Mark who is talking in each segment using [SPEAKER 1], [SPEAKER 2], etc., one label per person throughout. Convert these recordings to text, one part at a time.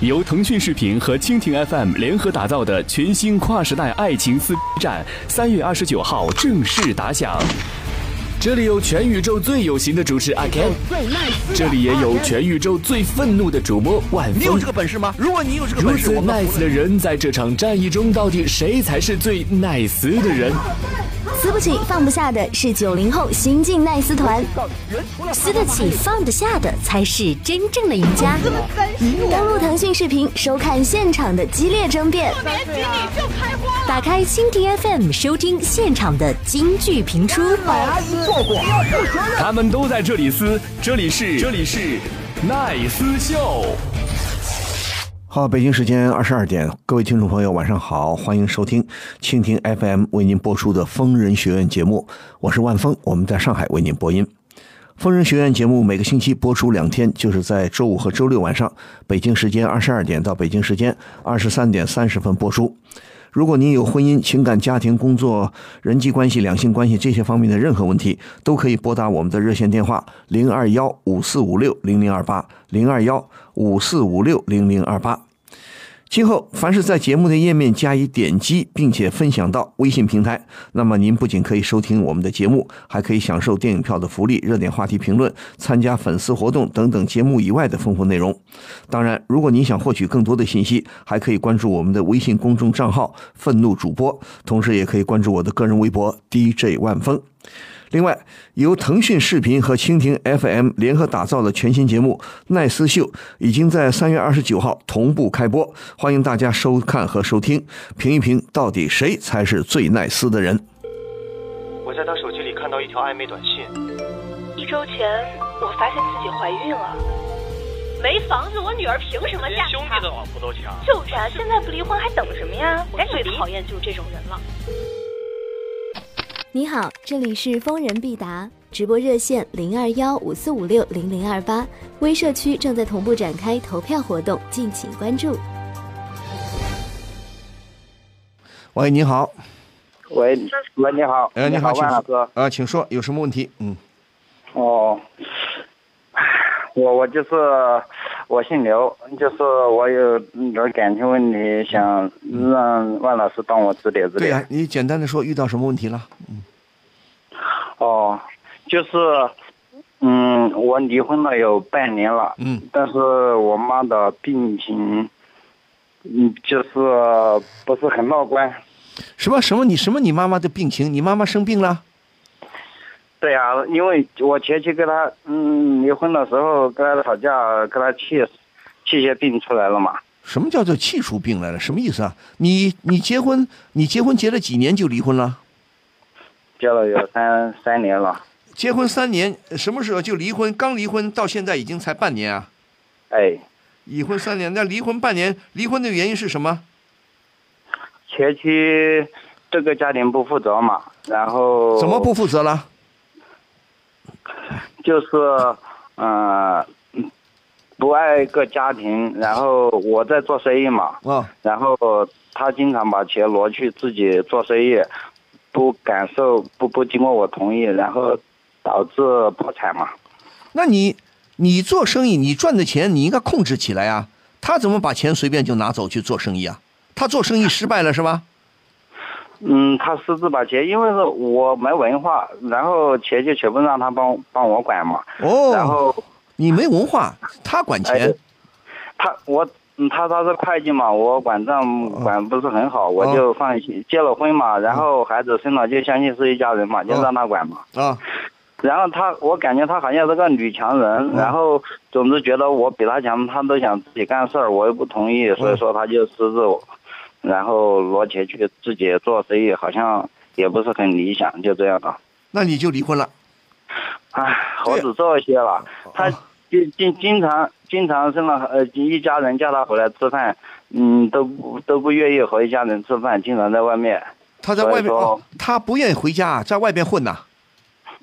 [SPEAKER 1] 由腾讯视频和蜻蜓 FM 联合打造的全新跨时代爱情撕逼战，三月二十九号正式打响。这里有全宇宙最有型的主持阿 Ken，这里也有全宇宙最愤怒的主播万
[SPEAKER 2] 你有
[SPEAKER 1] 峰
[SPEAKER 2] 这。个本事吗？如果你有这个
[SPEAKER 1] 如
[SPEAKER 2] 本事，
[SPEAKER 1] 此
[SPEAKER 2] 我们
[SPEAKER 1] nice 的人，在这场战役中，到底谁才是最 nice 的人？
[SPEAKER 3] 撕不起放不下的是九零后新晋奈斯团，
[SPEAKER 4] 撕得起放得下的才是真正的赢家。
[SPEAKER 3] 登录腾讯视频收看现场的激烈争辩，
[SPEAKER 4] 打开蜻蜓 FM 收听现场的京剧评书。
[SPEAKER 1] 他们都在这里撕，这里是这里是奈斯秀。
[SPEAKER 5] 好，北京时间二十二点，各位听众朋友，晚上好，欢迎收听蜻蜓 FM 为您播出的《疯人学院》节目，我是万峰，我们在上海为您播音。《疯人学院》节目每个星期播出两天，就是在周五和周六晚上，北京时间二十二点到北京时间二十三点三十分播出。如果您有婚姻、情感、家庭、工作、人际关系、两性关系这些方面的任何问题，都可以拨打我们的热线电话零二幺五四五六零零二八零二幺五四五六零零二八。今后凡是在节目的页面加以点击，并且分享到微信平台，那么您不仅可以收听我们的节目，还可以享受电影票的福利、热点话题评论、参加粉丝活动等等节目以外的丰富内容。当然，如果您想获取更多的信息，还可以关注我们的微信公众账号“愤怒主播”，同时也可以关注我的个人微博 “DJ 万峰”。另外，由腾讯视频和蜻蜓 FM 联合打造的全新节目《奈斯秀》已经在三月二十九号同步开播，欢迎大家收看和收听，评一评到底谁才是最奈斯的人。
[SPEAKER 6] 我在她手机里看到一条暧昧短信，
[SPEAKER 7] 一周前，我发现自己怀孕了。没房子，我女儿凭什么嫁给他？
[SPEAKER 6] 老婆都强。
[SPEAKER 7] 就是啊，现在不离婚还等什么呀？我最讨厌就是这种人了。
[SPEAKER 3] 你好，这里是疯人必答直播热线零二幺五四五六零零二八，微社区正在同步展开投票活动，敬请关注。
[SPEAKER 5] 喂，你好，
[SPEAKER 8] 喂，喂，你好，
[SPEAKER 5] 哎，
[SPEAKER 8] 你
[SPEAKER 5] 好，请
[SPEAKER 8] 万老哥
[SPEAKER 5] 说，。呃，请说，有什么问题？嗯，
[SPEAKER 8] 哦，我我就是我姓刘，就是我有点感情问题，想让万老师帮我指点指
[SPEAKER 5] 对啊
[SPEAKER 8] 点。
[SPEAKER 5] 呀、你简单的说遇到什么问题了？
[SPEAKER 8] 哦，就是，嗯，我离婚了有半年了，
[SPEAKER 5] 嗯，
[SPEAKER 8] 但是我妈的病情，嗯，就是不是很乐观。
[SPEAKER 5] 什么什么你什么你妈妈的病情？你妈妈生病了？
[SPEAKER 8] 对呀、因为我前妻跟她，嗯，离婚的时候跟她吵架，跟她气气血病出来了嘛。
[SPEAKER 5] 什么叫做气出病来了？什么意思啊？你你结婚你结婚结了几年就离婚了？
[SPEAKER 8] 结 了有三三年了，
[SPEAKER 5] 结婚三年，什么时候就离婚？刚离婚到现在已经才半年啊！
[SPEAKER 8] 哎，
[SPEAKER 5] 已婚三年，那离婚半年，离婚的原因是什么？
[SPEAKER 8] 前期这个家庭不负责嘛，然后
[SPEAKER 5] 怎么不负责了？
[SPEAKER 8] 就是嗯、呃不爱个家庭，然后我在做生意嘛，
[SPEAKER 5] 啊，
[SPEAKER 8] 然后他经常把钱挪去自己做生意，不感受不不经过我同意，然后导致破产嘛。
[SPEAKER 5] 那你你做生意，你赚的钱你应该控制起来啊。他怎么把钱随便就拿走去做生意啊？他做生意失败了是吧？
[SPEAKER 8] 嗯，他私自把钱，因为是我没文化，然后钱就全部让他帮帮我管嘛， 然
[SPEAKER 5] 哦，
[SPEAKER 8] 后。
[SPEAKER 5] 你没文化，他管
[SPEAKER 8] 哎
[SPEAKER 5] 钱。
[SPEAKER 8] 他我嗯他他是会计嘛，我管账管不是很
[SPEAKER 5] 哦
[SPEAKER 8] 好，我就放心。结了婚嘛，然后孩子生了就相信是一家人嘛，就
[SPEAKER 5] 嗯哦
[SPEAKER 8] 让他管嘛。
[SPEAKER 5] 啊，
[SPEAKER 8] 然后他我感觉他好像是个女强人，
[SPEAKER 5] 嗯
[SPEAKER 8] 然后总之觉得我比他强，他都想自己干事儿，我又不同意，所
[SPEAKER 5] 嗯
[SPEAKER 8] 以说他就私自我，然后挪钱去自己做生意，好像也不是很理想，就这样啊的。
[SPEAKER 5] 那你就离婚了。
[SPEAKER 8] 唉，我只这些了。他经经经常经常生了呃，一家人叫他回来吃饭，嗯，都不都不愿意和一家人吃饭，经常在外面。
[SPEAKER 5] 他在外
[SPEAKER 8] 所以
[SPEAKER 5] 面，
[SPEAKER 8] 说
[SPEAKER 5] 哦、他不愿意回家，在外边混呐、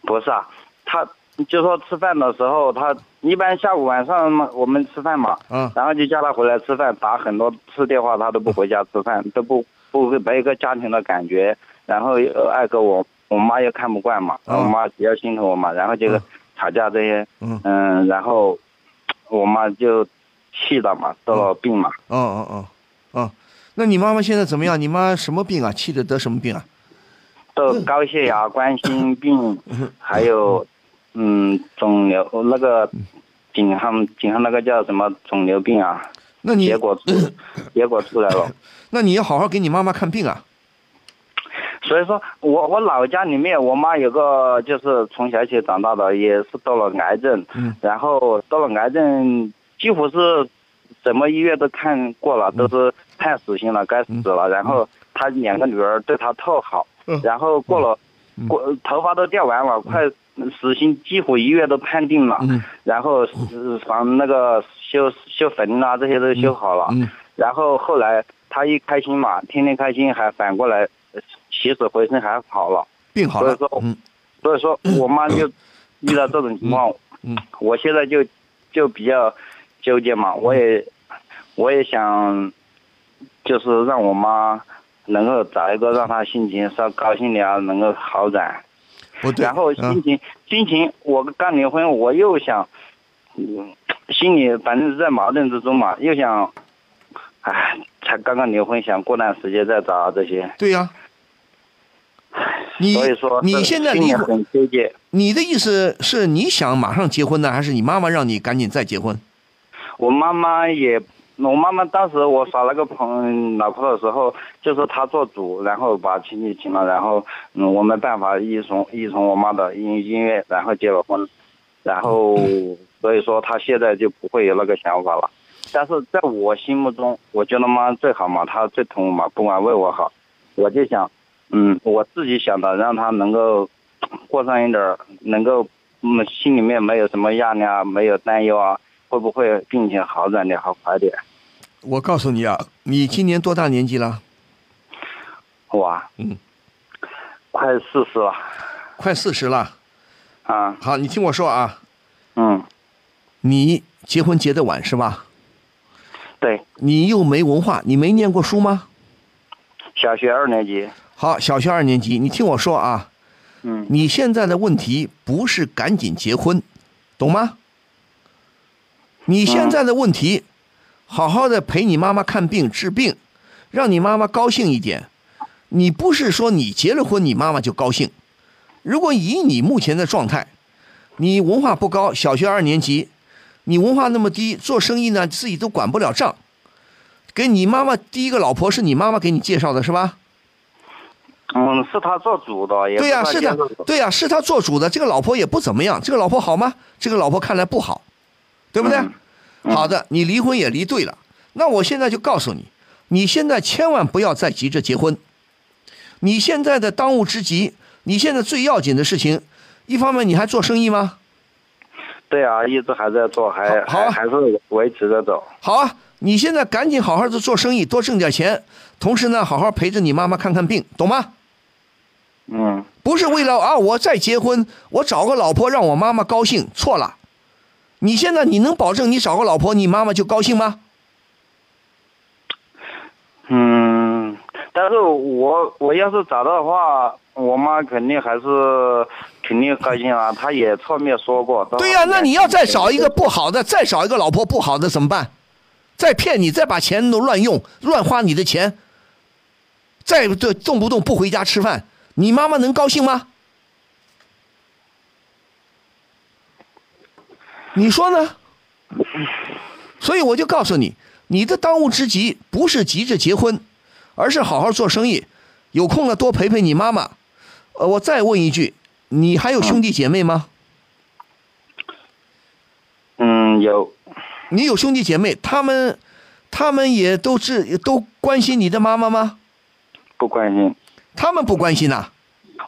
[SPEAKER 8] 不是啊，他就说吃饭的时候，他一般下午晚上嘛，我们吃饭嘛，
[SPEAKER 5] 嗯
[SPEAKER 8] 然后就叫他回来吃饭，打很多次电话，他都不回家吃饭，都不不会没有个家庭的感觉。然后又二个我我妈又看不惯嘛，
[SPEAKER 5] 嗯
[SPEAKER 8] 我妈比较心疼我嘛，然后这个
[SPEAKER 5] 嗯
[SPEAKER 8] 吵架这些，
[SPEAKER 5] 嗯
[SPEAKER 8] 然后我妈就气的嘛，得了病嘛。
[SPEAKER 5] 哦哦哦哦，那你妈妈现在怎么样？你妈什么病啊？气的得什么病啊？
[SPEAKER 8] 得高血压、冠心病， 还有嗯肿瘤那个颈项颈项那个叫什么肿瘤病啊？
[SPEAKER 5] 那你
[SPEAKER 8] 结果出结果出来了。
[SPEAKER 5] 那你要好好给你妈妈看病啊。
[SPEAKER 8] 所以说我我老家里面，我妈有个就是从小一起长大的，也是得了癌症，
[SPEAKER 5] 嗯
[SPEAKER 8] 然后得了癌症，几乎是什么医院都看过了，
[SPEAKER 5] 嗯
[SPEAKER 8] 都是判死刑了，该死了。然后她两个女儿对她特好，
[SPEAKER 5] 嗯
[SPEAKER 8] 然后过了过头发都掉完了，快死刑几乎一月都判定了，
[SPEAKER 5] 嗯
[SPEAKER 8] 然后呃房那个修修坟啊这些都修好了，
[SPEAKER 5] 嗯
[SPEAKER 8] 然后后来她一开心嘛，天天开心，还反过来呃起死回生还好了。
[SPEAKER 5] 病好了
[SPEAKER 8] 所以说，
[SPEAKER 5] 嗯
[SPEAKER 8] 所以说我妈就遇到这种情况，
[SPEAKER 5] 嗯嗯
[SPEAKER 8] 我现在就就比较纠结嘛，
[SPEAKER 5] 嗯
[SPEAKER 8] 我也我也想，就是让我妈能够找一个让她心情稍高兴点啊，能够好转。
[SPEAKER 5] 不对，
[SPEAKER 8] 然后心
[SPEAKER 5] 嗯
[SPEAKER 8] 情、心情，我刚离婚，我又想，嗯，心里反正是在矛盾之中嘛，又想，唉，才刚刚离婚，想过段时间再找这些，
[SPEAKER 5] 对呀。你
[SPEAKER 8] 所以说
[SPEAKER 5] 你
[SPEAKER 8] 这
[SPEAKER 5] 现在
[SPEAKER 8] 心
[SPEAKER 5] 离
[SPEAKER 8] 里
[SPEAKER 5] 婚，
[SPEAKER 8] 很纠结。
[SPEAKER 5] 你的意思是你想马上结婚呢，还是你妈妈让你赶紧再结婚？
[SPEAKER 8] 我妈妈也，我妈妈当时我耍那个朋老婆的时候，就是她做主，然后把亲戚请了，然后嗯，我没办法依从依从我妈的音音乐，然后结了婚，然后所以说她现在就不会有那个想法了。但是在我心目中，我觉得妈最好嘛，她最疼我嘛，不管为我好，我就想，嗯，我自己想的，让她能够过上一点儿，能够嗯心里面没有什么压力啊，没有担忧啊，会不会病情好转点，好快点？
[SPEAKER 5] 我告诉你啊，你今年多大年纪了？
[SPEAKER 8] 哇，
[SPEAKER 5] 嗯，
[SPEAKER 8] 快四十了
[SPEAKER 5] 快四十了。
[SPEAKER 8] 啊，
[SPEAKER 5] 好，你听我说啊，
[SPEAKER 8] 嗯，
[SPEAKER 5] 你结婚结得晚是吧？
[SPEAKER 8] 对，
[SPEAKER 5] 你又没文化，你没念过书吗？
[SPEAKER 8] 小学二年级，
[SPEAKER 5] 好，小学二年级，你听我说啊，
[SPEAKER 8] 嗯，
[SPEAKER 5] 你现在的问题不是赶紧结婚，懂吗？你现在的问题，好好的陪你妈妈看病治病，让你妈妈高兴一点。你不是说你结了婚，你妈妈就高兴。如果以你目前的状态，你文化不高，小学二年级，你文化那么低，做生意呢自己都管不了账，给你妈妈第一个老婆是你妈妈给你介绍的是吧？
[SPEAKER 8] 嗯，是他做主的，也
[SPEAKER 5] 对呀、
[SPEAKER 8] 不
[SPEAKER 5] 是
[SPEAKER 8] 算
[SPEAKER 5] 的
[SPEAKER 8] 监督，
[SPEAKER 5] 对呀、是他做主的。这个老婆也不怎么样，这个老婆好吗？这个老婆看来不好，对不对？
[SPEAKER 8] 嗯
[SPEAKER 5] 好的，你离婚也离对了。那我现在就告诉你，你现在千万不要再急着结婚。你现在的当务之急，你现在最要紧的事情，一方面你还做生意吗？
[SPEAKER 8] 对啊，一直还在做，还
[SPEAKER 5] 好好啊
[SPEAKER 8] 还还是维持着走，
[SPEAKER 5] 好啊，你现在赶紧好好的做生意，多挣点钱，同时呢，好好陪着你妈妈看看病，懂吗？
[SPEAKER 8] 嗯，
[SPEAKER 5] 不是为了啊，我再结婚，我找个老婆让我妈妈高兴，错了。你现在你能保证你找个老婆，你妈妈就高兴吗？
[SPEAKER 8] 嗯，但是我我要是找到的话，我妈肯定还是肯定高兴啊。她也侧面说过。她
[SPEAKER 5] 对呀、
[SPEAKER 8] 说
[SPEAKER 5] 那你要再找一个不好的，再找一个老婆不好的怎么办？再骗你，再把钱都乱用，乱花你的钱，再这动不动不回家吃饭，你妈妈能高兴吗？你说呢？所以我就告诉你，你的当务之急不是急着结婚，而是好好做生意，有空了多陪陪你妈妈。呃，我再问一句，你还有兄弟姐妹吗？
[SPEAKER 8] 嗯有，
[SPEAKER 5] 你有兄弟姐妹，他们他们也都是都关心你的妈妈吗？
[SPEAKER 8] 不关心。
[SPEAKER 5] 他们不关心呐、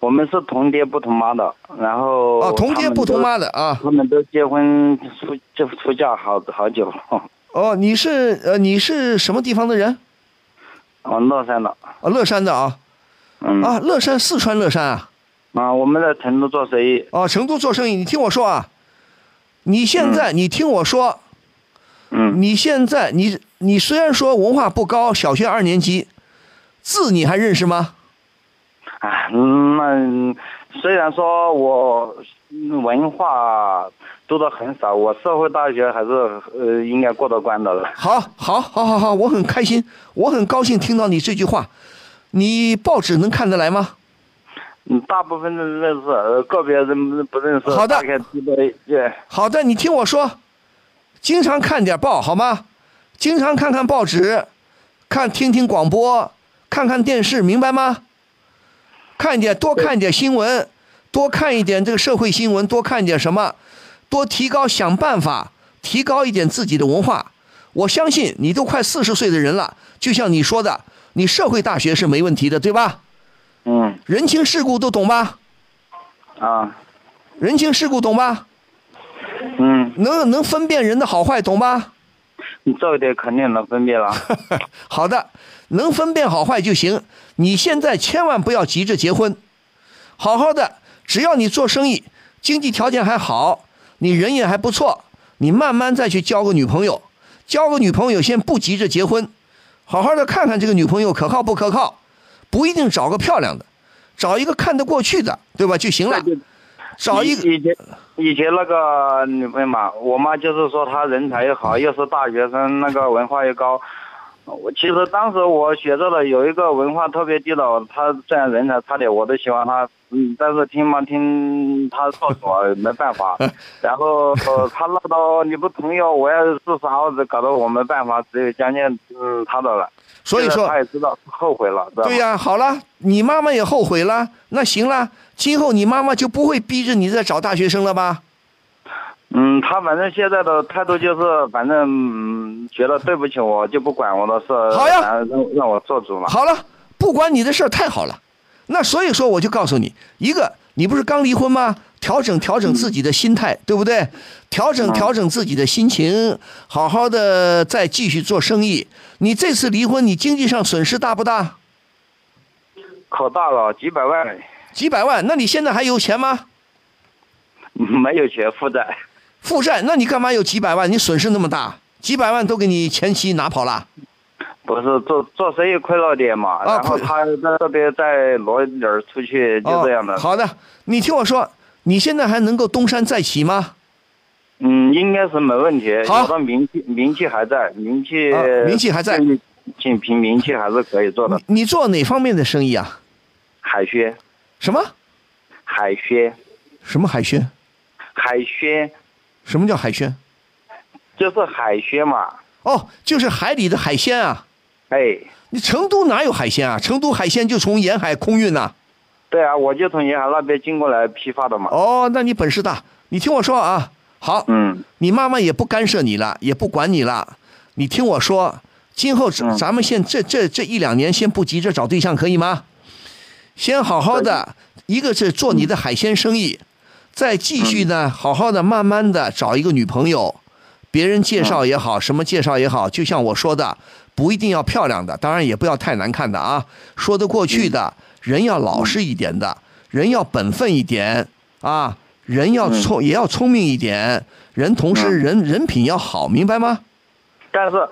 [SPEAKER 8] 我们是同爹不同妈的，然后
[SPEAKER 5] 哦，同爹不同妈
[SPEAKER 8] 的，
[SPEAKER 5] 的啊。
[SPEAKER 8] 他们都结婚出就出嫁好好久 了，
[SPEAKER 5] 哦，你是呃你是什么地方的人？
[SPEAKER 8] 我乐哦山的，
[SPEAKER 5] 啊，乐山的啊
[SPEAKER 8] 嗯
[SPEAKER 5] 啊，乐山四川乐山啊。
[SPEAKER 8] 啊，我们在成都做生意，
[SPEAKER 5] 哦，成都做生意，你听我说啊，你现在、你听我说，
[SPEAKER 8] 嗯
[SPEAKER 5] 你现在你你虽然说文化不高，小学二年级，字你还认识吗？
[SPEAKER 8] 啊，嗯那虽然说我嗯文化读的很少，我社会大学还是呃应该过得关的了。
[SPEAKER 5] 好，好，好，好，好，我很开心，我很高兴听到你这句话。你报纸能看得来吗？
[SPEAKER 8] 嗯，大部分人认识，呃个别人不认识。
[SPEAKER 5] 好的
[SPEAKER 8] 大概基本也
[SPEAKER 5] 好的，你听我说，经常看点报好吗？经常看看报纸，看听听广播，看看电视，明白吗？看一点，多看一点新闻，多看一点这个社会新闻，多看一点什么，多提高，想办法提高一点自己的文化。我相信你都快四十岁的人了，就像你说的，你社会大学是没问题的，对吧？
[SPEAKER 8] 嗯
[SPEAKER 5] 人情世故都懂吧？
[SPEAKER 8] 啊
[SPEAKER 5] 人情世故懂吧？
[SPEAKER 8] 嗯，
[SPEAKER 5] 能能分辨人的好坏，懂吧？
[SPEAKER 8] 你这一点肯定能分辨了。
[SPEAKER 5] 好的，能分辨好坏就行。你现在千万不要急着结婚，好好的，只要你做生意，经济条件还好，你人也还不错，你慢慢再去交个女朋友，交个女朋友先不急着结婚，好好的看看这个女朋友可靠不可靠，不一定找个漂亮的，找一个看得过去的，对吧就行了。找一个
[SPEAKER 8] 以以前以前那个女朋友嘛，我妈就是说她人才又好，又是大学生，那个文化又高。我其实当时我学着了，有一个文化特别低的，她虽然人才差点，我都喜欢她。嗯，但是听嘛听她操我没办 法。然后、呃、她唠叨你不同意，我要是啥子，搞得我没办法，只有将近嗯她的了。
[SPEAKER 5] 所以
[SPEAKER 8] 现在
[SPEAKER 5] 说
[SPEAKER 8] 她也知道后悔了，知道吧
[SPEAKER 5] 对呀、好了，你妈妈也后悔了，那行了，今后你妈妈就不会逼着你再找大学生了吧？
[SPEAKER 8] 嗯，他反正现在的态度就是，反正、嗯、觉得对不起我，就不管我的事，
[SPEAKER 5] 好呀
[SPEAKER 8] 然后让让我做主嘛。
[SPEAKER 5] 好了，不管你的事儿太好了。那所以说，我就告诉你，一个你不是刚离婚吗？调整调整自己的心态，对不对？调
[SPEAKER 8] 嗯
[SPEAKER 5] 整调整自己的心情，好好的再继续做生意。你这次离婚，你经济上损失大不大？
[SPEAKER 8] 可大了，几百万，
[SPEAKER 5] 几百万？那你现在还有钱吗？
[SPEAKER 8] 没有钱负债。
[SPEAKER 5] 负债？那你干嘛有几百万？你损失那么大，几百万都给你前妻拿跑了。
[SPEAKER 8] 不是做做生意亏了点嘛，
[SPEAKER 5] 啊
[SPEAKER 8] 然后
[SPEAKER 5] 亏
[SPEAKER 8] 他在这边再挪一点儿出去，就这样的。
[SPEAKER 5] 哦。好的，你听我说，你现在还能够东山再起吗？
[SPEAKER 8] 嗯，应该是没问题。
[SPEAKER 5] 好
[SPEAKER 8] 有的名气名气还在，名气、
[SPEAKER 5] 啊名气还在，嗯
[SPEAKER 8] 仅凭名气还是可以做的。
[SPEAKER 5] 你你做哪方面的生意啊？
[SPEAKER 8] 海鲜，
[SPEAKER 5] 什么
[SPEAKER 8] 海鲜，
[SPEAKER 5] 什么海鲜？
[SPEAKER 8] 海鲜
[SPEAKER 5] 什么叫海鲜？
[SPEAKER 8] 就是海鲜嘛，
[SPEAKER 5] 哦，就是海里的海鲜啊！
[SPEAKER 8] 哎。
[SPEAKER 5] 你成都哪有海鲜啊？成都海鲜就从沿海空运呐、
[SPEAKER 8] 对啊，我就从银行那边进过来批发的嘛。
[SPEAKER 5] 哦，那你本事大，你听我说啊，好，
[SPEAKER 8] 嗯，
[SPEAKER 5] 你妈妈也不干涉你了，也不管你了，你听我说，今后咱
[SPEAKER 8] 嗯
[SPEAKER 5] 咱们现这这这一两年先不急着找对象，可以吗？先好好的，一个是做你的海鲜生意，再继续呢，好好的慢慢的找一个女朋友，别人介绍也好，什么介绍也好，就像我说的，不一定要漂亮的，当然也不要太难看的啊，说得过去的，人要老实一点的，人要本分一点啊，人要聪也要聪明一点，人同时
[SPEAKER 8] 嗯
[SPEAKER 5] 人人品要好，明白吗？
[SPEAKER 8] 但是，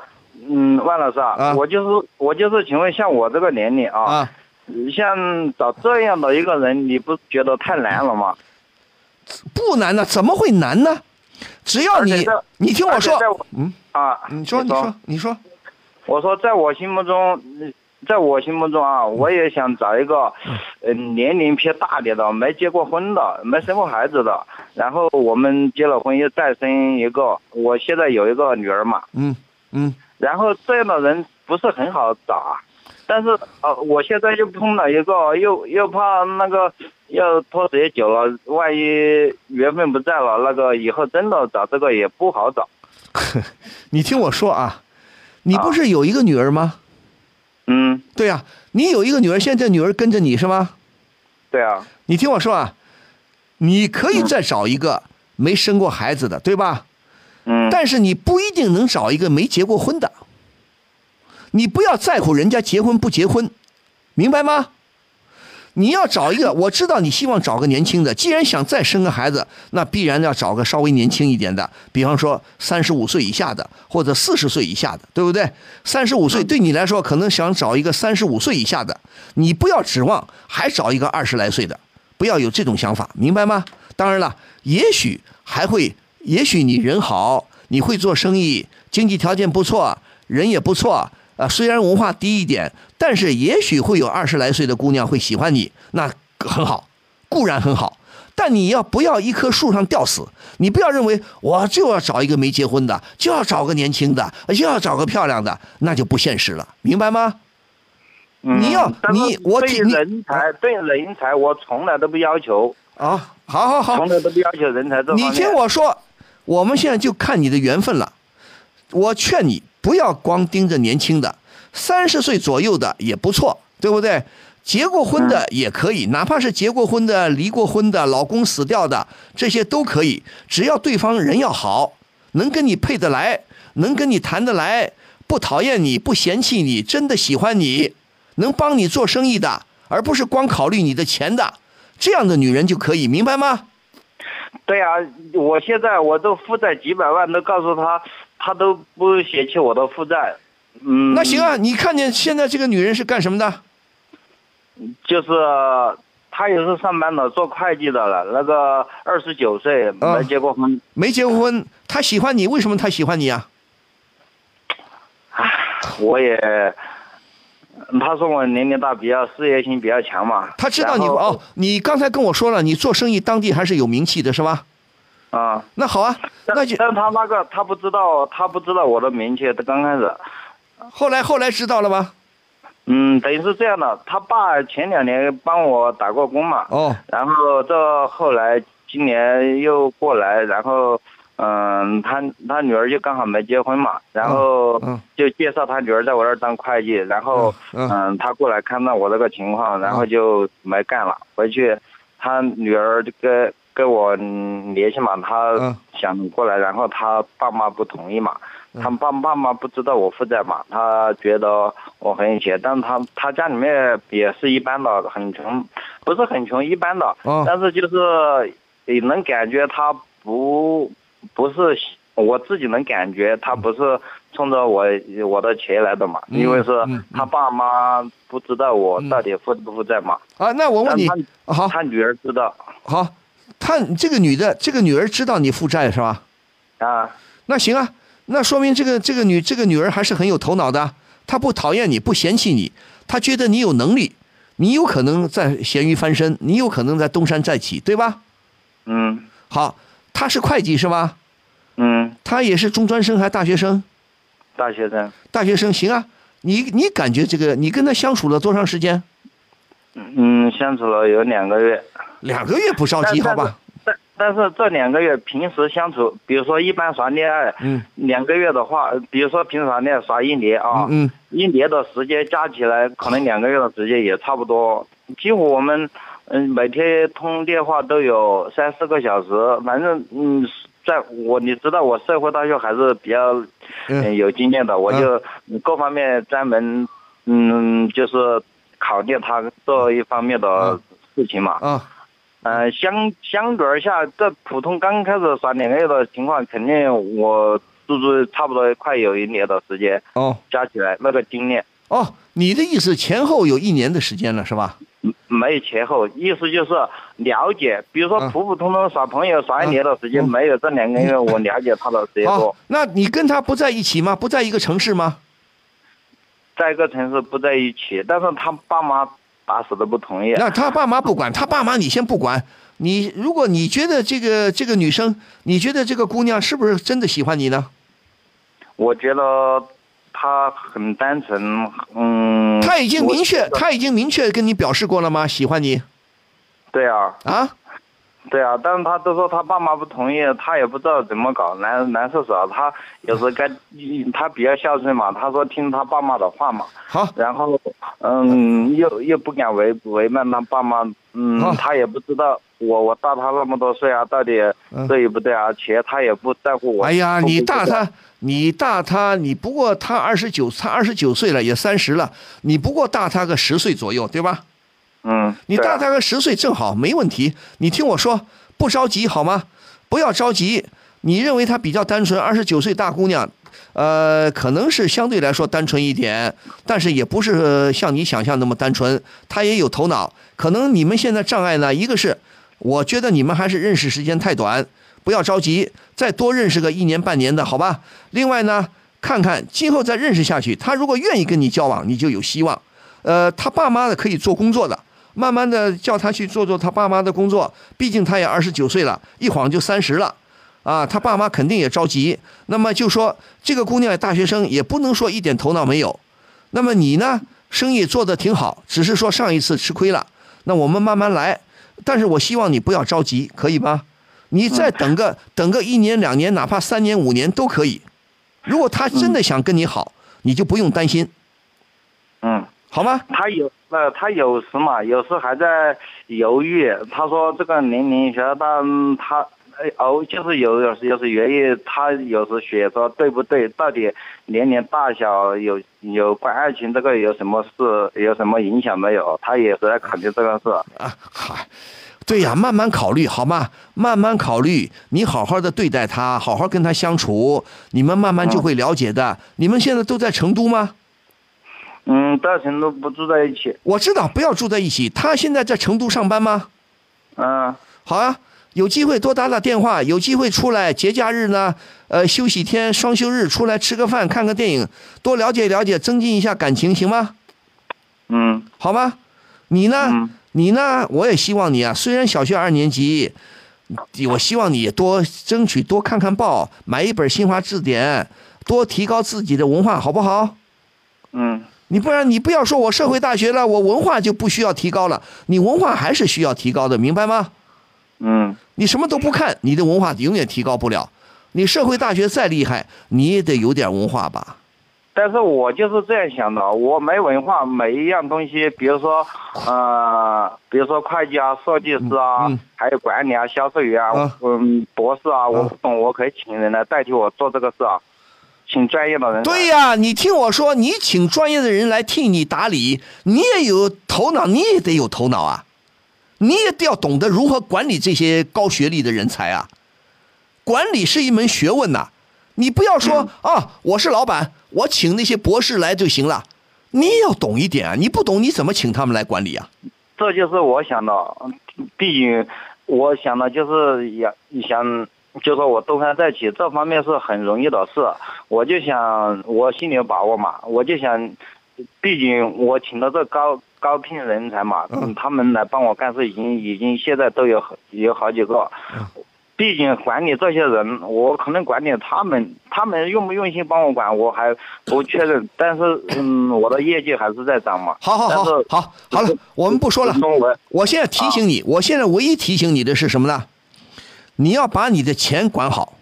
[SPEAKER 8] 嗯，万老师啊，
[SPEAKER 5] 啊
[SPEAKER 8] 我就是我就是，请问像我这个年龄啊，
[SPEAKER 5] 啊，
[SPEAKER 8] 像找这样的一个人，你不觉得太难了吗？
[SPEAKER 5] 不难呢，怎么会难呢？只要
[SPEAKER 8] 而且
[SPEAKER 5] 你
[SPEAKER 8] 在
[SPEAKER 5] 你听我
[SPEAKER 8] 而
[SPEAKER 5] 说
[SPEAKER 8] 且在我，
[SPEAKER 5] 嗯，
[SPEAKER 8] 啊，
[SPEAKER 5] 你说你说你说，
[SPEAKER 8] 我说，在我心目中，嗯在我心目中
[SPEAKER 5] 嗯
[SPEAKER 8] 啊，我也想找一个，呃，年龄偏大点的，没结过婚的，没生过孩子的，然后我们结了婚又再生一个。我现在有一个女儿嘛，
[SPEAKER 5] 嗯嗯，
[SPEAKER 8] 然后这样的人不是很好找啊。但是呃，我现在又碰到一个，又又怕那个要拖时间久了，万一缘分不在了，那个以后真的找这个也不好找。
[SPEAKER 5] 你听我说啊，你不是有一个女儿吗？
[SPEAKER 8] 嗯，
[SPEAKER 5] 对呀、你有一个女儿，现在女儿跟着你是吗？
[SPEAKER 8] 对啊，
[SPEAKER 5] 你听我说啊，你可以再找一个没生过孩子的，对吧？
[SPEAKER 8] 嗯，
[SPEAKER 5] 但是你不一定能找一个没结过婚的。你不要在乎人家结婚不结婚，明白吗？你要找一个，我知道你希望找个年轻的，既然想再生个孩子，那必然要找个稍微年轻一点的，比方说三十五岁以下的，或者四十岁以下的，对不对？三十五岁对你来说，可能想找一个三十五岁以下的，你不要指望还找一个二十来岁的，不要有这种想法，明白吗？当然了，也许还会，也许你人好，你会做生意，经济条件不错，人也不错。啊，虽然文化低一点，但是也许会有二十来岁的姑娘会喜欢你，那很好，固然很好。但你要不要一棵树上吊死？你不要认为我就要找一个没结婚的，就要找个年轻的，就要找个漂亮的，那就不现实了，明白吗？
[SPEAKER 8] 嗯
[SPEAKER 5] 你要
[SPEAKER 8] 但是
[SPEAKER 5] 你我
[SPEAKER 8] 对
[SPEAKER 5] 挺你
[SPEAKER 8] 人才对人才，我从来都不要求，
[SPEAKER 5] 啊，好好好
[SPEAKER 8] 从，来都不要求人才这方
[SPEAKER 5] 你
[SPEAKER 8] 面。
[SPEAKER 5] 听我说，我们现在就看你的缘分了。我劝你不要光盯着年轻的，三十岁左右的也不错，对不对？结过婚
[SPEAKER 8] 嗯
[SPEAKER 5] 的也可以，哪怕是结过婚的、离过婚的、老公死掉的，这些都可以，只要对方人要好，能跟你配得来，能跟你谈得来，不讨厌你，不嫌弃你，真的喜欢你，能帮你做生意的，而不是光考虑你的钱的，这样的女人就可以，明白吗？
[SPEAKER 8] 对啊，我现在我都负债几百万，都告诉他，他都不嫌弃我的负债。嗯，
[SPEAKER 5] 那行，啊，你看见现在这个女人是干什么的？
[SPEAKER 8] 就是他也是上班的，做会计的了。那个二十九
[SPEAKER 5] 哦
[SPEAKER 8] 岁没结过婚，
[SPEAKER 5] 没结婚，她喜欢你，为什么她喜欢你啊？
[SPEAKER 8] 我也，他说我年龄大，比较事业心比较强嘛。
[SPEAKER 5] 她知道你
[SPEAKER 8] 然后
[SPEAKER 5] 哦，你刚才跟我说了，你做生意当地还是有名气的，是吧？
[SPEAKER 8] 啊，
[SPEAKER 5] 那好啊，
[SPEAKER 8] 但
[SPEAKER 5] 那就
[SPEAKER 8] 但他那个他不知道，他不知道我的名气。他刚开始，
[SPEAKER 5] 后来后来知道了吧？
[SPEAKER 8] 嗯，等于是这样的，他爸前两年帮我打过工嘛。
[SPEAKER 5] 哦，
[SPEAKER 8] 然后这后来今年又过来，然后嗯，他他女儿就刚好没结婚嘛，然后
[SPEAKER 5] 嗯
[SPEAKER 8] 就介绍他女儿在我这儿当会计，然后
[SPEAKER 5] 嗯
[SPEAKER 8] 嗯
[SPEAKER 5] 嗯
[SPEAKER 8] 他过来看到我这个情况，然后就没干了，回去他女儿就跟跟我嗯联系嘛，
[SPEAKER 5] 嗯
[SPEAKER 8] 他想过来，然后他爸妈不同意嘛。他爸爸妈不知道我负债嘛，他觉得我很有钱，但他他家里面也是一般的，很穷，不是很穷，一般的，
[SPEAKER 5] 哦
[SPEAKER 8] 但是就是也能感觉他不不是我自己能感觉他不是冲着我我的钱来的嘛，
[SPEAKER 5] 嗯
[SPEAKER 8] 因为是
[SPEAKER 5] 嗯嗯嗯
[SPEAKER 8] 他爸妈不知道我到底负不负债嘛，
[SPEAKER 5] 啊，那我问你
[SPEAKER 8] 但，
[SPEAKER 5] 啊好
[SPEAKER 8] 他女儿知道
[SPEAKER 5] 好，她这个女的，这个女儿知道你负债是吧？
[SPEAKER 8] 啊，
[SPEAKER 5] 那行啊，那说明这个这个女这个女儿还是很有头脑的，她不讨厌你，不嫌弃你，她觉得你有能力，你有可能在咸鱼翻身，你有可能在东山再起，对吧？
[SPEAKER 8] 嗯
[SPEAKER 5] 好，他是会计是吧？
[SPEAKER 8] 嗯，
[SPEAKER 5] 他也是中专生还是大学生？
[SPEAKER 8] 大学生，
[SPEAKER 5] 大学生行啊，你你感觉这个你跟他相处了多长时间？
[SPEAKER 8] 嗯，相处了有两个月。
[SPEAKER 5] 两个月不着
[SPEAKER 8] 但
[SPEAKER 5] 急，
[SPEAKER 8] 但
[SPEAKER 5] 好
[SPEAKER 8] 是
[SPEAKER 5] 吧？
[SPEAKER 8] 但但是这两个月平时相处，比如说一般耍恋爱，
[SPEAKER 5] 嗯，
[SPEAKER 8] 两个月的话，比如说平常恋爱耍一年啊，
[SPEAKER 5] 嗯嗯
[SPEAKER 8] 一年的时间加起来，可能两个月的时间也差不多。几乎我们，嗯，每天通电话都有三四个小时，反正嗯，在我你知道我社会大学还是比较
[SPEAKER 5] 嗯
[SPEAKER 8] 嗯有经验的，我就各方面专门嗯就是考虑他这一方面的
[SPEAKER 5] 嗯
[SPEAKER 8] 事情嘛。
[SPEAKER 5] 啊，
[SPEAKER 8] 呃，相相对而下，这普通刚开始耍两个月的情况，肯定我足足差不多快有一年的时间，
[SPEAKER 5] 哦
[SPEAKER 8] 加起来那个经验
[SPEAKER 5] 哦，你的意思前后有一年的时间了是吧？
[SPEAKER 8] 没有前后，意思就是了解，比如说
[SPEAKER 5] 嗯
[SPEAKER 8] 普普通通耍朋友耍一年的时间，
[SPEAKER 5] 嗯
[SPEAKER 8] 没有这两个月我了解他的时间
[SPEAKER 5] 好
[SPEAKER 8] 多，，
[SPEAKER 5] 那你跟他不在一起吗？不在一个城市吗？
[SPEAKER 8] 在一个城市不在一起，但是他爸妈打死都不同意。
[SPEAKER 5] 那他爸妈不管，他爸妈你先不管。你如果你觉得这个这个女生，你觉得这个姑娘是不是真的喜欢你呢？
[SPEAKER 8] 我觉得他很单纯，嗯，
[SPEAKER 5] 她已经
[SPEAKER 8] 我
[SPEAKER 5] 明确，她已经明确跟你表示过了吗？喜欢你
[SPEAKER 8] 对啊，
[SPEAKER 5] 啊？
[SPEAKER 8] 对啊，但是他都说他爸妈不同意，他也不知道怎么搞，难难受死了。啊他有时该，嗯他比较孝顺嘛，他说听他爸妈的话嘛，
[SPEAKER 5] 好，
[SPEAKER 8] 然后，嗯，又又不敢违违反他爸妈，嗯
[SPEAKER 5] 好，
[SPEAKER 8] 他也不知道我我大他那么多岁啊，到底
[SPEAKER 5] 嗯
[SPEAKER 8] 对与不对啊？且他也不在乎我。
[SPEAKER 5] 哎呀，
[SPEAKER 8] 不
[SPEAKER 5] 你
[SPEAKER 8] 不
[SPEAKER 5] 大
[SPEAKER 8] 不
[SPEAKER 5] 他，你大他，你不过他二十九，他二十九岁了，也三十了，你不过大他个十岁左右，对吧？
[SPEAKER 8] 嗯，
[SPEAKER 5] 你
[SPEAKER 8] 对啊
[SPEAKER 5] 大他个十岁正好，没问题。你听我说，不着急好吗？不要着急。你认为她比较单纯，二十九岁大姑娘，呃，可能是相对来说单纯一点，但是也不是像你想象那么单纯，他也有头脑。可能你们现在障碍呢，一个是我觉得你们还是认识时间太短，不要着急，再多认识个一年半年的好吧。另外呢，看看今后再认识下去，他如果愿意跟你交往，你就有希望。呃，他爸妈的可以做工作的，慢慢的叫他去做做他爸妈的工作，毕竟他也二十九岁了，一晃就三十了。啊，他爸妈肯定也着急。那么就说这个姑娘大学生也不能说一点头脑没有。那么你呢，生意做得挺好，只是说上一次吃亏了。那我们慢慢来，但是我希望你不要着急，可以吗？你再等个等个一年两年，哪怕三年五年都可以。如果他真的想跟你好，你就不用担心，
[SPEAKER 8] 嗯，
[SPEAKER 5] 好吗？
[SPEAKER 8] 他有呃，他有时嘛，有时还在犹豫。他说这个年龄学，但他哎哦，就是有有时有时犹豫，他有时学说对不对，到底年龄大小有有关爱情这个有什么事，有什么影响没有？他也是在考虑这个事。
[SPEAKER 5] 啊，嗨， 对呀，慢慢考虑好吗？慢慢考虑，你好好的对待他，好好跟他相处，你们慢慢就会了解的。你们现在都在成都吗？
[SPEAKER 8] 嗯，到成都不住在一起，
[SPEAKER 5] 我知道，不要住在一起。他现在在成都上班吗？
[SPEAKER 8] 嗯
[SPEAKER 5] 好啊，有机会多打打电话，有机会出来节假日呢，呃，休息天、双休日出来吃个饭、看个电影，多了解了解，增进一下感情，行吗？
[SPEAKER 8] 嗯
[SPEAKER 5] 好吗？你呢？
[SPEAKER 8] 嗯
[SPEAKER 5] 你呢？我也希望你啊，虽然小学二年级，我希望你也多争取多看看报，买一本新华字典，多提高自己的文化，好不好？
[SPEAKER 8] 嗯
[SPEAKER 5] 你不然你不要说我社会大学了，我文化就不需要提高了，你文化还是需要提高的，明白吗？
[SPEAKER 8] 嗯
[SPEAKER 5] 你什么都不看，你的文化永远提高不了。你社会大学再厉害，你也得有点文化吧？
[SPEAKER 8] 但是我就是这样想的，我没文化，每一样东西，比如说，呃，比如说会计啊、设计师啊，
[SPEAKER 5] 嗯嗯
[SPEAKER 8] 还有管理啊、销售员
[SPEAKER 5] 啊
[SPEAKER 8] 啊、嗯，博士啊，我
[SPEAKER 5] 啊
[SPEAKER 8] 不懂，我可以请人来代替我做这个事啊，请专业的 人。
[SPEAKER 5] 对、呀、你听我说，你请专业的人来替你打理，你也有头脑，你也得有头脑啊，你也得要懂得如何管理这些高学历的人才啊。管理是一门学问呐、你不要说
[SPEAKER 8] 嗯
[SPEAKER 5] 啊，我是老板，我请那些博士来就行了，你也要懂一点啊，你不懂你怎么请他们来管理啊？
[SPEAKER 8] 这就是我想的，毕竟我想的就是也想。就说我东山再起这方面是很容易的事，我就想我心里有把握嘛，我就想，毕竟我请的这高高聘人才嘛，
[SPEAKER 5] 嗯
[SPEAKER 8] 他们来帮我干事已经已经现在都有好有好几个，
[SPEAKER 5] 嗯
[SPEAKER 8] 毕竟管理这些人，我可能管理他们，他们用不用心帮我管，我还不确认，但是嗯，我的业绩还是在涨嘛。
[SPEAKER 5] 好好好
[SPEAKER 8] 但是
[SPEAKER 5] 好好了，我们不说了。
[SPEAKER 8] 中文
[SPEAKER 5] 我现在提醒
[SPEAKER 8] 啊
[SPEAKER 5] 你，我现在唯一提醒你的是什么呢？你要把你的钱管好。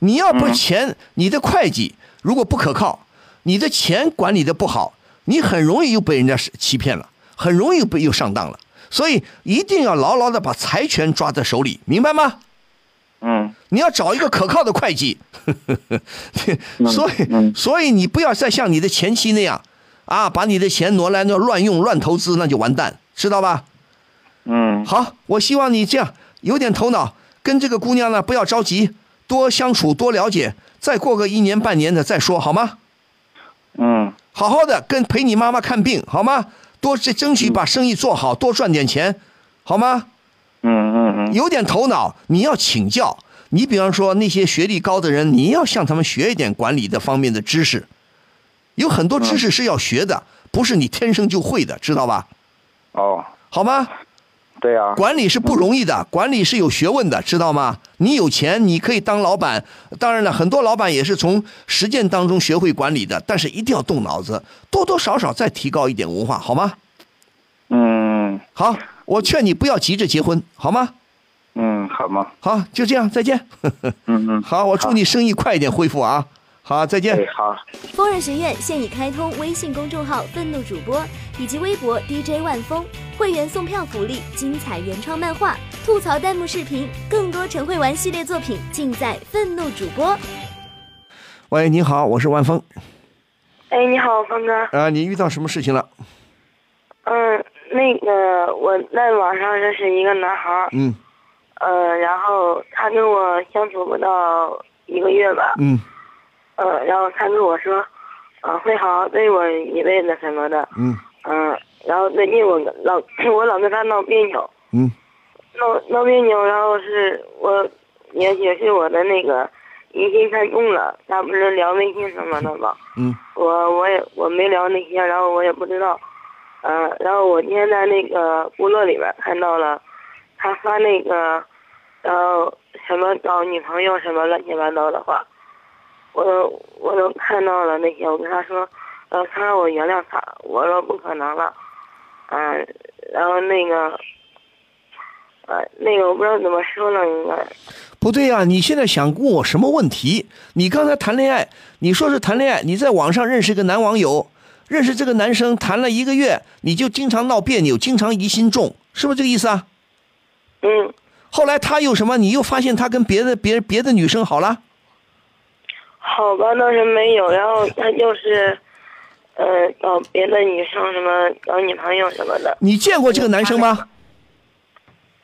[SPEAKER 5] 你要不钱，
[SPEAKER 8] 嗯
[SPEAKER 5] 你的会计如果不可靠，你的钱管理的不好，你很容易又被人家欺骗了，很容易被又上当了。所以一定要牢牢的把财权抓在手里，明白吗？
[SPEAKER 8] 嗯。
[SPEAKER 5] 你要找一个可靠的会计， 所以
[SPEAKER 8] 嗯
[SPEAKER 5] 所以你不要再像你的前妻那样，啊，把你的钱挪来挪乱用乱投资，那就完蛋，知道吧？
[SPEAKER 8] 嗯
[SPEAKER 5] 好，我希望你这样有点头脑，跟这个姑娘呢不要着急，多相处多了解，再过个一年半年的再说好吗？
[SPEAKER 8] 嗯
[SPEAKER 5] 好好的跟陪你妈妈看病好吗？多去争取把生意做好，多赚点钱，好吗？
[SPEAKER 8] 嗯嗯
[SPEAKER 5] 有点头脑，你要请教。你比方说那些学历高的人，你要向他们学一点管理的方面的知识，有很多知识是要学的，不是你天生就会的，知道吧？
[SPEAKER 8] 哦，
[SPEAKER 5] 好吗？
[SPEAKER 8] 对啊，
[SPEAKER 5] 管理是不容易的，管理是有学问的，知道吗？你有钱，你可以当老板。当然了，很多老板也是从实践当中学会管理的，但是一定要动脑子，多多少少再提高一点文化，好吗？
[SPEAKER 8] 嗯
[SPEAKER 5] 好，我劝你不要急着结婚，好吗？
[SPEAKER 8] 嗯，好嘛，
[SPEAKER 5] 好，就这样，再见。
[SPEAKER 8] 嗯嗯，
[SPEAKER 5] 好，我祝你生意快一点恢复啊！好，再见
[SPEAKER 8] 对。好。
[SPEAKER 3] 风儿学院现已开通微信公众号“愤怒主播”以及微博 DJ 万峰，会员送票福利、精彩原创漫画、吐槽弹幕视频，更多陈慧玩系列作品尽在“愤怒主播”。
[SPEAKER 5] 喂，你好，我是万峰。
[SPEAKER 7] 哎，你好，峰哥。
[SPEAKER 5] 啊、你遇到什么事情了？
[SPEAKER 7] 嗯，那个我在网上认识一个男孩儿，
[SPEAKER 5] 嗯
[SPEAKER 7] 呃，然后他跟我相处不到一个月吧，
[SPEAKER 5] 嗯
[SPEAKER 2] 嗯，然后他跟我说，嗯，会好，对我一辈子什么的，
[SPEAKER 5] 嗯
[SPEAKER 2] 嗯，然后最近我老 我老跟他闹别扭，
[SPEAKER 5] 嗯
[SPEAKER 2] 闹闹别扭，然后是我也也是我的那个疑心太重了，他不是聊微信什么的吗？
[SPEAKER 5] 嗯
[SPEAKER 2] 我我也我没聊那些，然后我也不知道，嗯、然后我今天在那个部落里边看到了，他发那个，呃，什么找女朋友什么乱七八糟的话，我都我都看到了那些，我跟他说，呃，他让我原谅他，我说不可能了，嗯、然后那个，呃，那个我不知道怎么说了，应该，
[SPEAKER 5] 不对呀、你现在想问我什么问题？你刚才谈恋爱，你说是谈恋爱，你在网上认识一个男网友，认识这个男生谈了一个月，你就经常闹别扭，经常疑心重，是不是这个意思啊？
[SPEAKER 2] 嗯，
[SPEAKER 5] 后来他有什么，你又发现他跟别的别别的女生好了，
[SPEAKER 2] 好吧，倒是没有。然后他就是，呃，找别的女生什么，找女朋友什么的。
[SPEAKER 5] 你见过这个男生吗？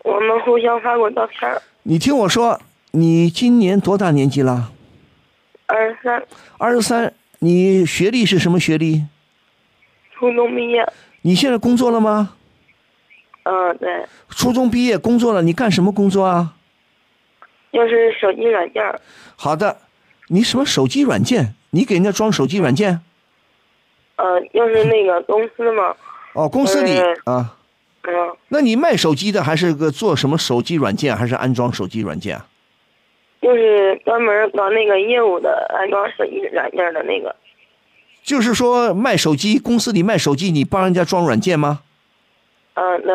[SPEAKER 2] 我们互相发过照片儿，
[SPEAKER 5] 你听我说，你今年多大年纪了？
[SPEAKER 2] 二十三，
[SPEAKER 5] 二十三，你学历是什么学历？
[SPEAKER 2] 初中毕业。
[SPEAKER 5] 你现在工作了吗？
[SPEAKER 2] 嗯、对，
[SPEAKER 5] 初中毕业工作了，你干什么工作啊？
[SPEAKER 2] 就是手机软件儿。
[SPEAKER 5] 好的，你什么手机软件？你给人家装手机软件？
[SPEAKER 2] 呃，就是那个公司嘛，
[SPEAKER 5] 哦，公司里
[SPEAKER 2] 嗯
[SPEAKER 5] 啊？
[SPEAKER 2] 嗯、
[SPEAKER 5] 那你卖手机的还是个做什么手机软件，还是安装手机软件啊？
[SPEAKER 2] 就是专门搞那个业务的，安装手机软件儿的那个。
[SPEAKER 5] 就是说卖手机，公司里卖手机，你帮人家装软件吗？
[SPEAKER 2] 嗯、对，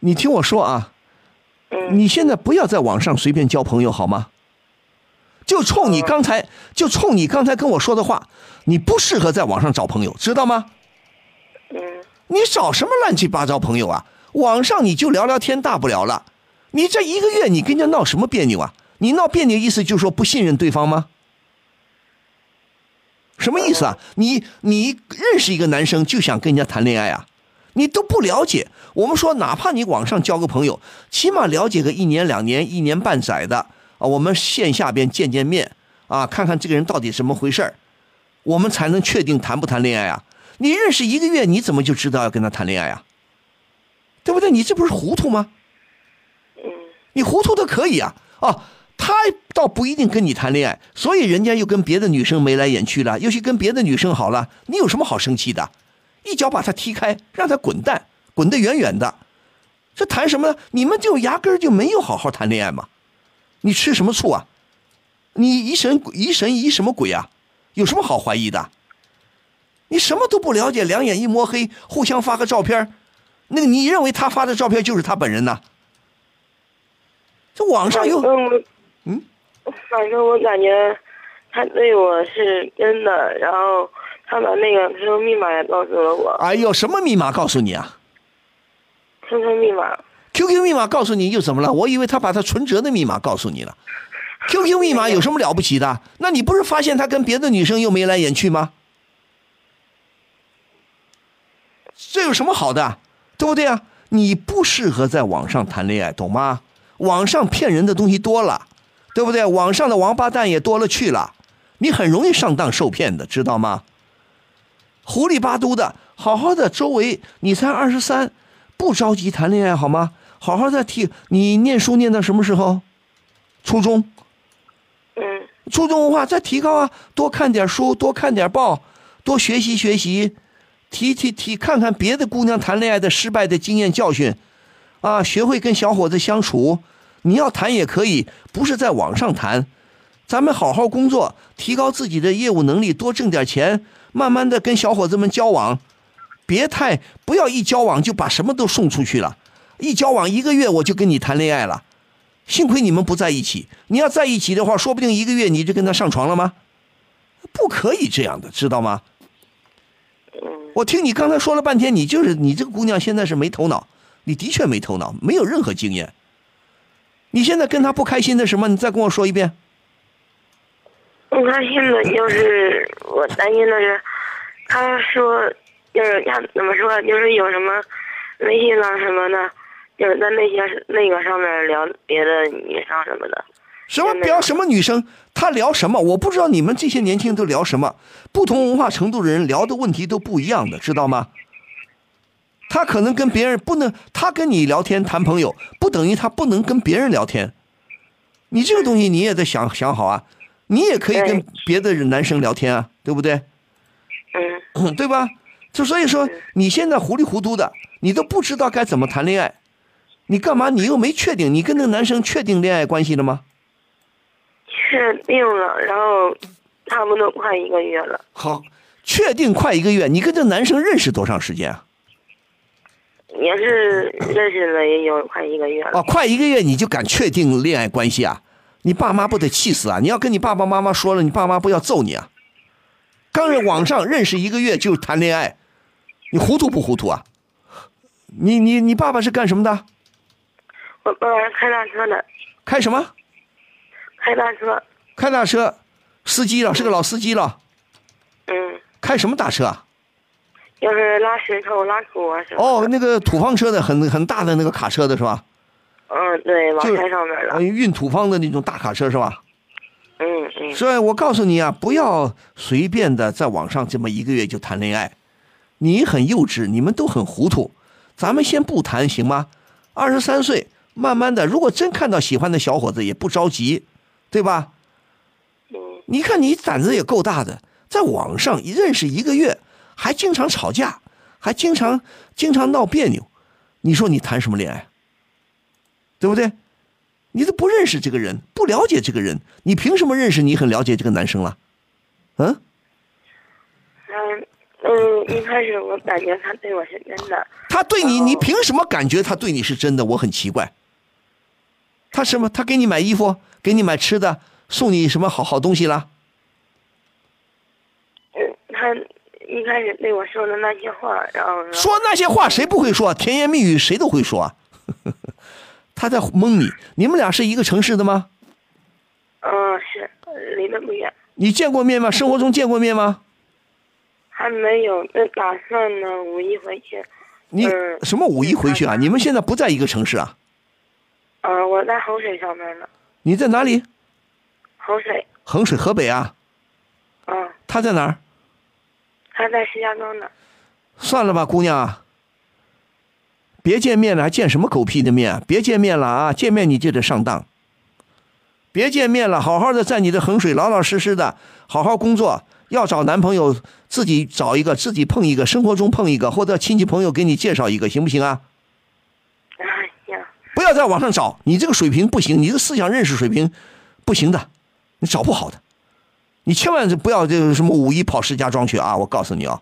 [SPEAKER 5] 你听我说啊，
[SPEAKER 2] 嗯
[SPEAKER 5] 你现在不要在网上随便交朋友好吗？就冲你刚才，就冲你刚才跟我说的话，你不适合在网上找朋友，知道吗？
[SPEAKER 2] 嗯
[SPEAKER 5] 你找什么乱七八糟朋友啊？网上你就聊聊天，大不了了。你这一个月你跟人家闹什么别扭啊？你闹别扭意思就是说不信任对方吗？什么意思啊？你你认识一个男生就想跟人家谈恋爱啊？你都不了解。我们说，哪怕你网上交个朋友，起码了解个一年、两年、一年半载的啊，我们线下边见见面啊，看看这个人到底什么回事儿。我们才能确定谈不谈恋爱啊。你认识一个月，你怎么就知道要跟他谈恋爱啊？对不对？你这不是糊涂吗？
[SPEAKER 2] 嗯
[SPEAKER 5] 你糊涂的可以啊，哦，他倒不一定跟你谈恋爱，所以人家又跟别的女生眉来眼去了，又去跟别的女生好了，你有什么好生气的？一脚把他踢开，让他滚蛋，滚得远远的。这谈什么呢？你们就压根儿就没有好好谈恋爱嘛？你吃什么醋啊？你疑神疑神疑什么鬼啊？有什么好怀疑的？你什么都不了解，两眼一摸黑，互相发个照片儿，那个你认为他发的照片就是他本人呐、这网上有
[SPEAKER 2] 反正我，
[SPEAKER 5] 哎嗯，
[SPEAKER 2] 反正我感觉他对我是真的，然后他把那个 QQ 密码也告诉了我
[SPEAKER 5] 哎呦，什么密码告诉你啊
[SPEAKER 2] ，QQ 密码，
[SPEAKER 5] ？QQ 密码告诉你又怎么了？我以为他把他存折的密码告诉你了。QQ 密码有什么了不起的？那你不是发现他跟别的女生又眉来眼去吗？这有什么好的，对不对啊？你不适合在网上谈恋爱，懂吗？网上骗人的东西多了，对不对？网上的王八蛋也多了去了，你很容易上当受骗的，知道吗？糊里巴嘟的，好好的，周围你才二十三，不着急谈恋爱好吗？好好的替你念书念到什么时候？初中，
[SPEAKER 2] 嗯
[SPEAKER 5] 初中文化再提高啊，多看点书，多看点报，多学习学习，提提提，看看别的姑娘谈恋爱的失败的经验教训，啊，学会跟小伙子相处。你要谈也可以，不是在网上谈，咱们好好工作，提高自己的业务能力，多挣点钱，慢慢的跟小伙子们交往，别太不要一交往就把什么都送出去了，一交往一个月我就跟你谈恋爱了。幸亏你们不在一起，你要在一起的话，说不定一个月你就跟他上床了吗？不可以这样的，知道吗？我听你刚才说了半天，你就是你这个姑娘现在是没头脑，你的确没头脑，没有任何经验。你现在跟他不开心的什么？你再跟我说一遍。
[SPEAKER 2] 不开心的就是我担心的是，他说就是他怎么说，就是有什么微信啊什么的，就是在那些那个上面聊别的女生什么的，
[SPEAKER 5] 什么聊什么女生，她聊什么？我不知道你们这些年轻人都聊什么。不同文化程度的人聊的问题都不一样的，知道吗？他可能跟别人不能，他跟你聊天谈朋友，不等于他不能跟别人聊天。你这个东西你也得想想好啊，你也可以跟
[SPEAKER 2] 对
[SPEAKER 5] 别的男生聊天啊，对不对？
[SPEAKER 2] 嗯，
[SPEAKER 5] 对吧？就所以说，你现在糊里糊涂的，你都不知道该怎么谈恋爱，你干嘛？你又没确定，你跟那个男生确定恋爱关系了吗？
[SPEAKER 2] 确定了，然后差不多快一个月了，
[SPEAKER 5] 好，确定快一个月，你跟这男生认识多长时间啊？
[SPEAKER 2] 也是认识了也有快一个月了。
[SPEAKER 5] 哦，快一个月你就敢确定恋爱关系啊？你爸妈不得气死啊？你要跟你爸爸妈妈说了，你爸妈不要揍你啊？刚认网上认识一个月就谈恋爱，你糊涂不糊涂啊？你你你爸爸是干什么的？
[SPEAKER 2] 我爸爸是开大车的，
[SPEAKER 5] 开什么？
[SPEAKER 2] 开大车，
[SPEAKER 5] 开大车，司机了，是个老司机了。
[SPEAKER 2] 嗯，
[SPEAKER 5] 开什么大车啊？
[SPEAKER 2] 就是拉石头、拉土啊什么
[SPEAKER 5] 哦，
[SPEAKER 2] 的。
[SPEAKER 5] 那个土方车的，很很大的那个卡车的是吧？
[SPEAKER 2] 嗯，对，往
[SPEAKER 5] 就是
[SPEAKER 2] 山上面了
[SPEAKER 5] 呃，。运土方的那种大卡车是吧？
[SPEAKER 2] 嗯嗯，
[SPEAKER 5] 所以我告诉你啊，不要随便的在网上这么一个月就谈恋爱，你很幼稚，你们都很糊涂。咱们先不谈行吗？二十三岁，慢慢的，如果真看到喜欢的小伙子，也不着急，对吧？你看你胆子也够大的，在网上一认识一个月，还经常吵架，还经常经常闹别扭，你说你谈什么恋爱？对不对？你都不认识这个人，不了解这个人，你凭什么认识你很了解这个男生了？嗯，
[SPEAKER 2] 嗯嗯，一开始我感觉他对我是真的，
[SPEAKER 5] 他对你，
[SPEAKER 2] 哦
[SPEAKER 5] 你凭什么感觉他对你是真的？我很奇怪。他什么？他给你买衣服，给你买吃的，送你什么好好东西啦？
[SPEAKER 2] 嗯，他一开始对我说的那些话，然后
[SPEAKER 5] 说那些话谁不会说啊？甜言蜜语谁都会说啊。 他在蒙你，你们俩是一个城市的吗？
[SPEAKER 2] 嗯是离得不远，
[SPEAKER 5] 你见过面吗？生活中见过面吗？
[SPEAKER 2] 还没有那打算呢，五一回去。
[SPEAKER 5] 你
[SPEAKER 2] 嗯
[SPEAKER 5] 什么五一回去啊？你们现在不在一个城市啊？
[SPEAKER 2] 嗯，我在衡水上班呢，
[SPEAKER 5] 你在哪里？
[SPEAKER 2] 衡水，
[SPEAKER 5] 衡水，河北啊？
[SPEAKER 2] 嗯，
[SPEAKER 5] 他在哪儿？
[SPEAKER 2] 他在石家庄呢。
[SPEAKER 5] 算了吧，姑娘啊，别见面了，还见什么狗屁的面啊？别见面了啊！见面你就得上当。别见面了，好好的在你的衡水老老实实的，好好工作。要找男朋友，自己找一个，自己碰一个，生活中碰一个，或者亲戚朋友给你介绍一个，行不行啊？
[SPEAKER 2] 啊，行，
[SPEAKER 5] 不要在网上找，你这个水平不行，你这个思想认识水平不行的，你找不好的。你千万是不要这个什么五一跑石家庄去啊！我告诉你啊，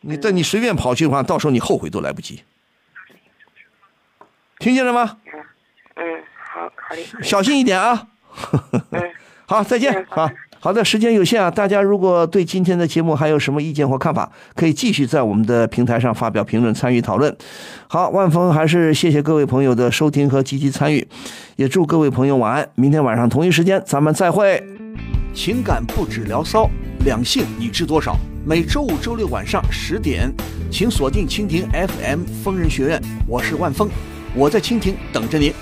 [SPEAKER 5] 你但你随便跑去的话，到时候你后悔都来不及。听见了吗？
[SPEAKER 2] 嗯，好，考虑。
[SPEAKER 5] 小心一点啊！
[SPEAKER 2] 嗯，
[SPEAKER 5] 好，再见
[SPEAKER 2] 嗯
[SPEAKER 5] 啊！好的，时间有限啊，大家如果对今天的节目还有什么意见或看法，可以继续在我们的平台上发表评论，参与讨论。好，万峰还是谢谢各位朋友的收听和积极参与，也祝各位朋友晚安。明天晚上同一时间咱们再会。
[SPEAKER 9] 情感不止聊骚，两性你知多少？每周五、周六晚上十点，请锁定蜻蜓 FM 疯人学院，我是万峰，我在蜻蜓等着您。